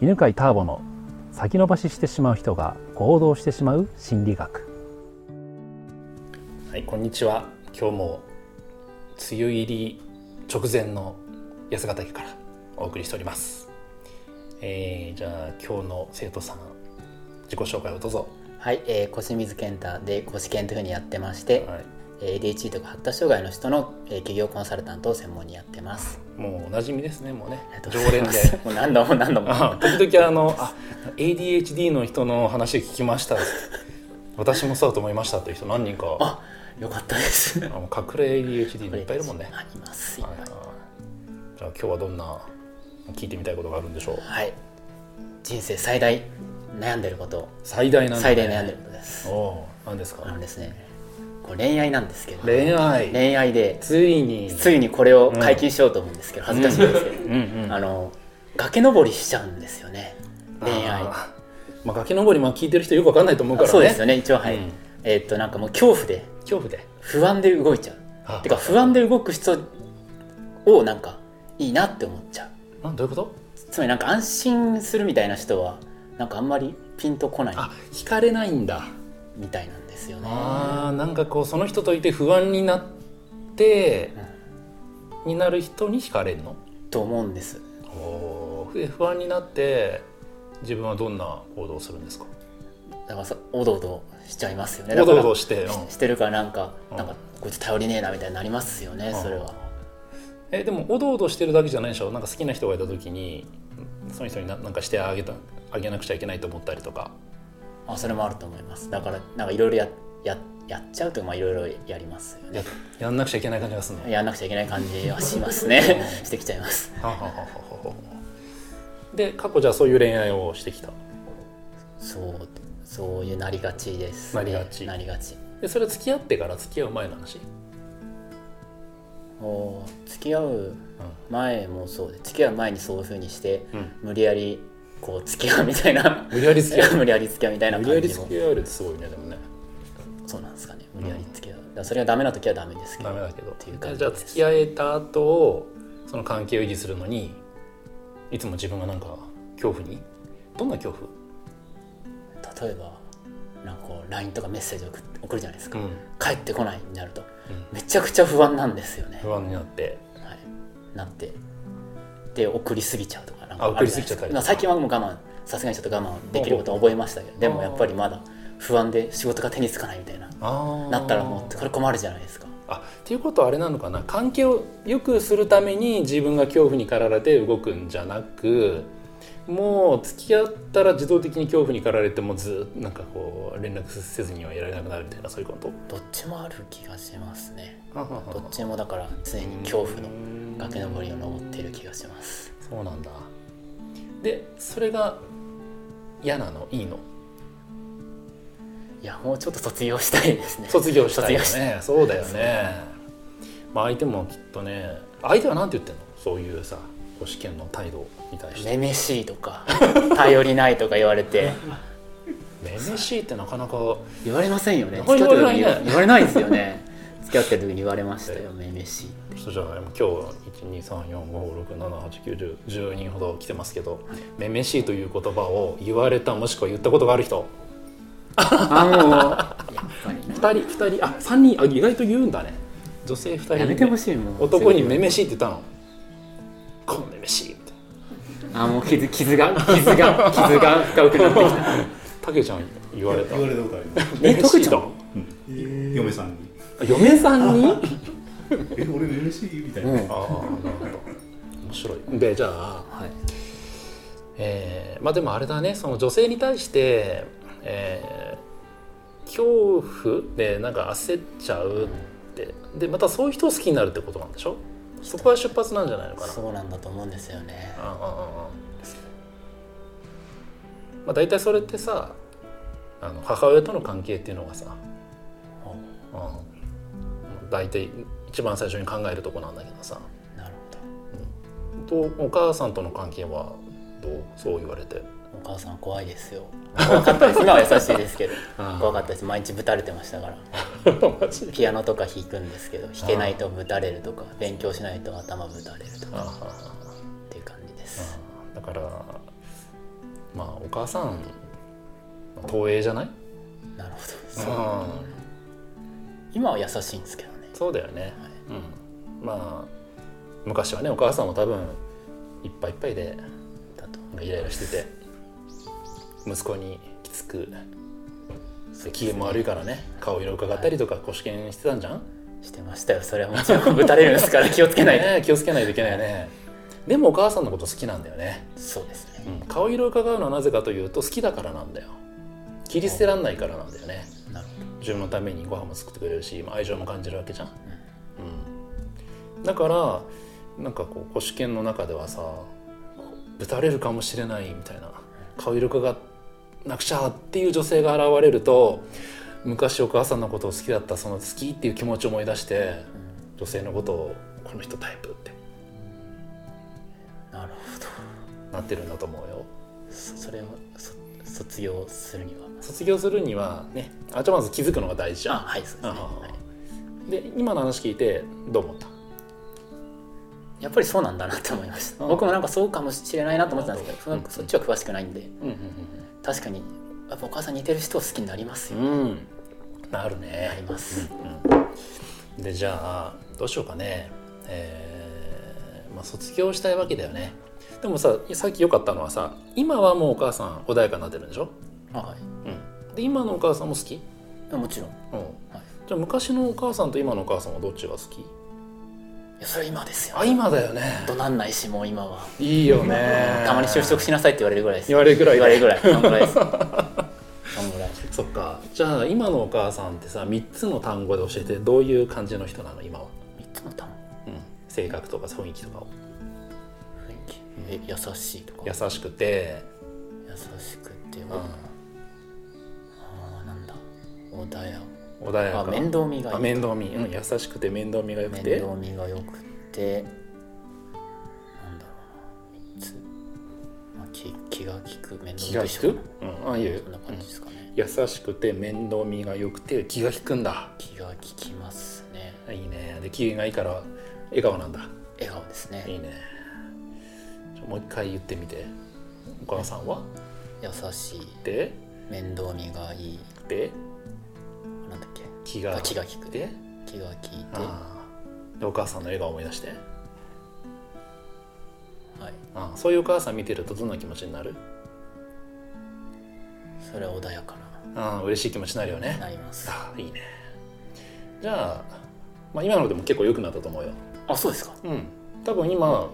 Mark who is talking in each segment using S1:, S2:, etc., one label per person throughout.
S1: 犬飼ターボの先延ばししてしまう人が行動してしまう心理学
S2: はいこんにちは今日も梅雨入り直前の安ヶ岳からお送りしております、えー、じゃあ今日の生徒さん自己紹介をどうぞ
S3: はい、えー、越水健太で越健というふうにやってまして、
S2: はい
S3: えー ADHD とか発達障害の人の、えー企業コンサルタントを専門にやってます。
S2: もうおなじみですねもうね
S3: ありがとう
S2: 常
S3: ござい
S2: 連
S3: ま
S2: です
S3: もう何度も何 度も。
S2: あ時々あのあ ADHD の人の話聞きました私もそうだと思いましたという人何人か
S3: あ、よかっ たです。
S2: あの隠れ ADHD のいっぱいいるもんね
S3: あります。いっ
S2: はい
S3: ぱ
S2: はいいじゃあ今日はどんな聞いてみたいことがあるんでしょう
S3: はい。人生最大悩んでること、
S2: 最大なんだね
S3: 最大悩んでることです。
S2: おう何です
S3: あの
S2: か
S3: ですね、こう恋愛なんですけど、
S2: 恋愛
S3: 恋愛で
S2: ついに
S3: ついにこれを解禁しようと思うんですけど、恥ずかしいんですけど、
S2: うんうん
S3: あの崖登りしちゃうんですよね。恋愛。
S2: あーまあ崖登りも聞いてる人よくわかんないと思うからね
S3: そうですよね一応はい、
S2: うん
S3: えーっとなんかもう恐怖で
S2: 恐怖で
S3: 不安で動いちゃ
S2: あ
S3: うてか不安で動く人をなんかいいなって思っちゃう
S2: なんどういうこと
S3: つまりなんか安心するみたいな人はなんかあんまりピンとこない
S2: あ惹かれないんだ
S3: みたいなんですよね
S2: あーなんかこうその人といて不安になって、になる人に惹かれるの
S3: と思うんです
S2: おーふ不安になって自分はどんな行動をするんですか
S3: だからさおどおどしちゃいますよね
S2: おどお
S3: だか
S2: ど
S3: ら
S2: して、うん
S3: ししてるからなんか、
S2: うん
S3: なんかこいつ頼りねえなみたいになりますよね、
S2: うん
S3: それは
S2: えでもおどおどしてるだけじゃないでしょなんか好きな人がいた時にその人にななんかしてあげたあげなくちゃいけないと思ったりとか
S3: あそれもあると思いますだからなんかいろいろやややっちゃうというかまあいろいろやりますよね
S2: ややんなくちゃいけない感じがするの
S3: やんなくちゃいけない感じはしますねしてきちゃいます
S2: ははははははで過去じゃあそういう恋愛をしてきた
S3: そうそういうなりがちです、ね、
S2: なりがち
S3: なりがち
S2: でそれは付き合ってから付き合う前の話、
S3: もう付き合う前もそうで付き合う前にそういうふうにして、
S2: うん
S3: 無理やりこう付き合うみたいな
S2: 無理やり付き合う
S3: 無理やり付き合うみたいな
S2: 無理や
S3: 感
S2: り
S3: じも
S2: 付き合えるってすごいねでもね
S3: そうなんですかね無理やり付き合う、だからそれがダメな時はダメですけど
S2: ダメだけど
S3: っていう感じ
S2: じゃあ
S3: です
S2: 付き合えた後その関係を維持するのにいつも自分がなんか恐怖にどんな恐
S3: 例えばなんかこう LINE とかメッセージ送っ送るじゃないですか、
S2: 怖、うん、
S3: 帰ってこないになると、
S2: うん
S3: めちゃくちゃ不安なんですよね、
S2: 不安になって
S3: はい、なってで送りすぎちゃうとかなんか
S2: あ送りすぎちゃったりとか
S3: あるじゃないですかまあ最近はもう我慢さすがにちょっと我慢できることは覚えましたけどでもやっぱりまだ不安で仕事が手につかないみたいな
S2: あー
S3: なったらもうこれ困るじゃないですか
S2: あっていうことはあれなのかな関係を良くするために自分が恐怖に駆られて動くんじゃなくもう付き合ったら自動的に恐怖に駆られてもうずっとなんかこう連絡せずにはいられなくなるみたいなそういうこと
S3: どっちもある気がしますねど
S2: ど
S3: っちもだから常に恐怖の崖登りを登っている気がします
S2: そうなんだでそれが嫌なのいいの
S3: いやもうちょっと卒業したいですね
S2: 卒業したいよ
S3: 卒業
S2: ねそうだよねまあ相手もきっとね相手はなんて言ってんのそういうさご試験の態度に対して
S3: めめしいとか頼りないとか言われて
S2: めめしいってなかなか
S3: 言われませんよね
S2: あ
S3: 付き合ってる時に
S2: 言われないね
S3: 言われないですよね付き合ってる時に言われましたよめめしいって
S2: そうじゃあ今日12345678910人ほど来てますけど「めめしい」という言葉を言われたもしくは言ったことがある人
S3: あもうやっぱりね
S2: 2人2人あ三3人あ意外と言うんだね女性2人
S3: やめてほしいもん
S2: 男に「めめしい」って言ったの「このめめしい」って
S3: あもう傷傷が傷が傷が深くなってきた
S2: たけちゃん言われた
S4: 言われたことあります。
S2: めめしい
S3: たけちゃん
S2: と
S4: 嫁さんに。
S2: あ嫁さんに
S4: え、俺嬉しいみたいな。
S3: うん
S2: ああなるほど面白いでじゃあ
S3: はい
S2: えーまあでもあれだねその女性に対して、えー恐怖でなんか焦っちゃうってでまたそういう人を好きになるってことなんでしょそこは出発なんじゃないのかな
S3: そうなんだと思うんですよね
S2: うんうんうんうんまあ大体それってさあの母親との関係っていうのがさ、うん、大体一番最初に考えるとこなんだけどさ
S3: なる
S2: とお母さんとの関係はどうそう言われて
S3: ほどお母さん怖いですよ怖かったです今は優しいですけど
S2: あー
S3: 怖かったです毎日ぶたれてましたから
S2: マジで
S3: ピアノとか弾くんですけど弾けないとぶたれるとか勉強しないと頭ぶたれるとか
S2: ああ
S3: っていう感じです
S2: だからまあお母さんの投影じゃない
S3: なるほど
S2: そう,、
S3: 今は優しいんですけどね
S2: ん、そうだよね、うん、まあ昔はねお母さんも多分いっぱいいっぱいで
S3: だと
S2: イライラしてて息子にきつくで機嫌も悪いからね顔色伺ったりとか腰剣してたんじゃん、
S3: してましたよそれはもちろんぶたれるんですから気をつけないと
S2: ね、気をつけないといけないねでもお母さんのこと好きなんだよね、
S3: そうですね
S2: うん、顔色伺うのはなぜかというと好きだからなんだよ切り捨てらんないからなんだよね
S3: なるほ
S2: 自分のためにご飯も作ってくれるしまあ愛情も感じるわけじゃん、うん、だからなんかこう保守犬の中ではさぶたれるかもしれないみたいな顔色がなくちゃっていう女性が現れると昔お母さんのことを好きだったその好きっていう気持ちを思い出して女性のことをこの人タイプって
S3: どなるほ
S2: なってるんだと思うよ
S3: どそそれをそ卒業するには
S2: 卒業するにはねあじゃあまず気づくのが大事じゃん
S3: あはいそうですね、
S2: あ
S3: はい
S2: で今の話聞いてどう思った
S3: やっぱりそうなんだなって思いました
S2: うん
S3: 僕もなんかそうかもしれないなと思ってたんですけどそ
S2: うん
S3: のそっちは詳しくないんで
S2: うん
S3: 確かにやっぱお母さん似てる人を好きになりますよ、
S2: うんうんなるね
S3: なります、
S2: でじゃあどうしようかねえーまあ卒業したいわけだよねでもささっき良かったのはさ今はもうお母さん穏やかになってるんでしょ、
S3: は
S2: うん、で今のお母さんも好き、うん、
S3: いもちろん、はい、
S2: じゃあ昔のお母さんと今のお母さんはどっちが好き
S3: いやそれは今ですよ
S2: あ今だよね
S3: 怒鳴んないしもう今はい
S2: いよね
S3: たまに就職しなさいって言われるぐらいです
S2: 言われるぐらい
S3: 言われるぐらいそんぐらいですそんぐらい
S2: そっかじゃあ今のお母さんってさ3つの単語で教えてどういう感じの人なの今は、
S3: 3つの単語
S2: うん、性格とか雰囲気とかを
S3: 雰囲気え優しいとか
S2: 優しくて、
S3: 優しくて
S2: う
S3: は、
S2: ん、
S3: ああなんだ穏や
S2: 穏や
S3: か
S2: か
S3: あ面倒見が
S2: あ
S3: よく
S2: 面倒見、うん、優しくて面倒見が良く
S3: 面
S2: て
S3: 倒見がよくてなんだろうな3つ、まあ、気気が利く面
S2: 気
S3: 倒
S2: が
S3: 見
S2: 利
S3: でしょう
S2: く、うん、ああいいよ
S3: そんな感じですかね、
S2: 優しくて面倒見が良くて気が利くんだ
S3: 気が利きますね
S2: いいねで機嫌がいいから笑顔なんだ
S3: 笑顔ですね
S2: いいねじゃあもう一回言ってみてお母さんは
S3: 優しい
S2: で
S3: 面倒見がいい
S2: で
S3: なんだっけ
S2: 気が
S3: あ気が利く
S2: で
S3: 気が利いて
S2: ああでお母さんの笑顔を思い出して
S3: はい
S2: ああそういうお母さん見てるとどんな気持ちになる
S3: それは穏やか
S2: ああ嬉しい気持ちになるよね
S3: ななります
S2: ああいいねじゃあ、まあ、今のでも結構良くなったと思うよ
S3: あそうですか
S2: うん多分今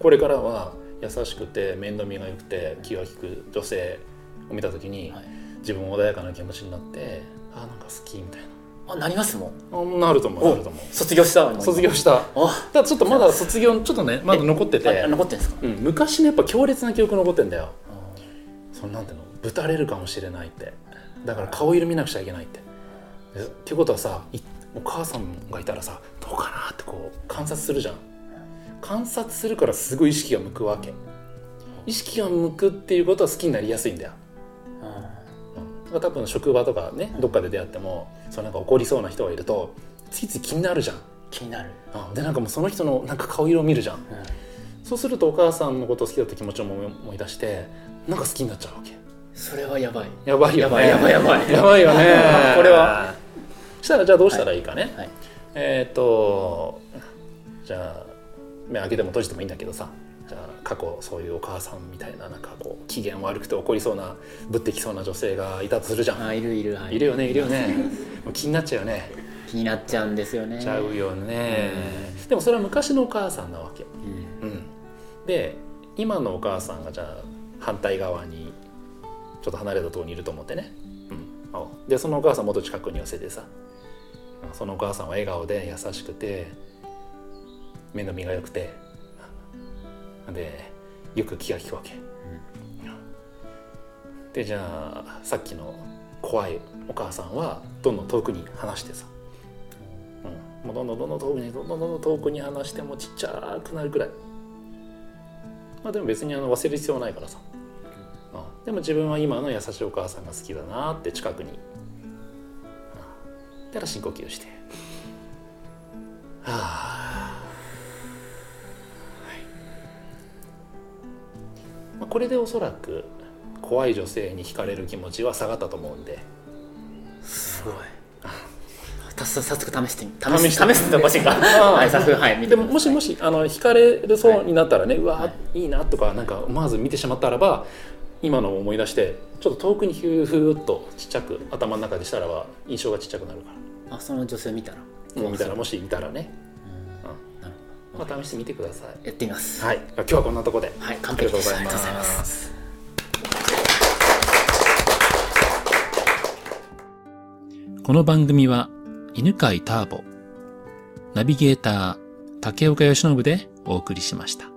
S2: これからは優しくて面倒見が良くて気が利く女性を見た時に、
S3: はい
S2: 自分も穏やかな気持ちになってああなんか好きみたいな
S3: あなりますもん
S2: あなると思う
S3: お
S2: なると思う
S3: 卒業したの
S2: 卒業した
S3: あ
S2: ただちょっとまだ卒業ちょっとねまだ残ってて
S3: あ残ってんですか
S2: うん、昔ねやっぱ強烈な記憶残ってんだよそのなんていうのぶたれるかもしれないってだから顔色見なくちゃいけないってえっていうことはさいお母さんがいたらさどうかなってこう観察するじゃん観察するからすごい意識が向くわけ意識が向くっていうことは好きになりやすいんだよ、うん、だから多分職場とかねどっかで出会ってもそのなんか怒りそうな人がいるとついつい気になるじゃん
S3: 気になる、
S2: うんでなんかもうその人のなんか顔色を見るじゃん
S3: うん
S2: そうするとお母さんのことを好きだった気持ちを思い出してなんか好きになっちゃうわけ
S3: それはやばい
S2: やばいよ
S3: やば
S2: ね
S3: いやばいやばい
S2: やばいよね
S3: これは
S2: したらじゃあどうしたらいいかね、
S3: はい
S2: えっ、とじゃあ目開けても閉じてもいいんだけどさじゃあ過去そういうお母さんみたいななんかこう機嫌悪くて怒りそうなぶってきそうな女性がいたとするじゃん、、
S3: あいるいる、はい
S2: るよねいるよねもう気になっちゃうよね
S3: 気になっちゃうんですよね
S2: ちゃうよね、でもそれは昔のお母さんなわけ
S3: うん
S2: うん、で今のお母さんがじゃあ反対側にちょっと離れたところにいると思ってね、うん、あでそのお母さん元近くに寄せてさそのお母さんは笑顔で優しくて目の身が良くてでよく気が利くわけ、でじゃあさっきの怖いお母さんはどんどん遠くに離してさ、うん、もうどんどんどんどん遠くにどんどんどんどん遠くに離してもうちっちゃくなるくらいまあでも別にあの忘れる必要はないからさ、うんでも自分は今の優しいお母さんが好きだなって近くに、うん、たら深呼吸してはあ、はいまあ、これでおそらく怖い女性に惹かれる気持ちは下がったと思うんで。
S3: すごいた早速試してみ
S2: 試
S3: 試し
S2: して
S3: 試しておかしいか
S2: ああ
S3: はい早速はい見
S2: で
S3: てみ
S2: も
S3: ます
S2: もしもしあの惹かれるそうになったらね、うわーいいなとかなんか思わず見てしまったらば今のを思い出してちょっと遠くにヒューフーっとちっちゃく頭の中でしたらば印象がちっちゃくなるか
S3: あその女性見たら
S2: らもう見たらもしいたらね、
S3: うん
S2: う
S3: なる
S2: んまあ、試してみてください
S3: やってみます
S2: はい今日はこんなとこで、
S3: はい
S2: あ
S3: 完
S2: りがと
S3: 璧
S2: う
S3: で
S2: ご
S3: す
S2: ざいますこの番組は犬飼ターボナビゲーター竹岡由伸でお送りしました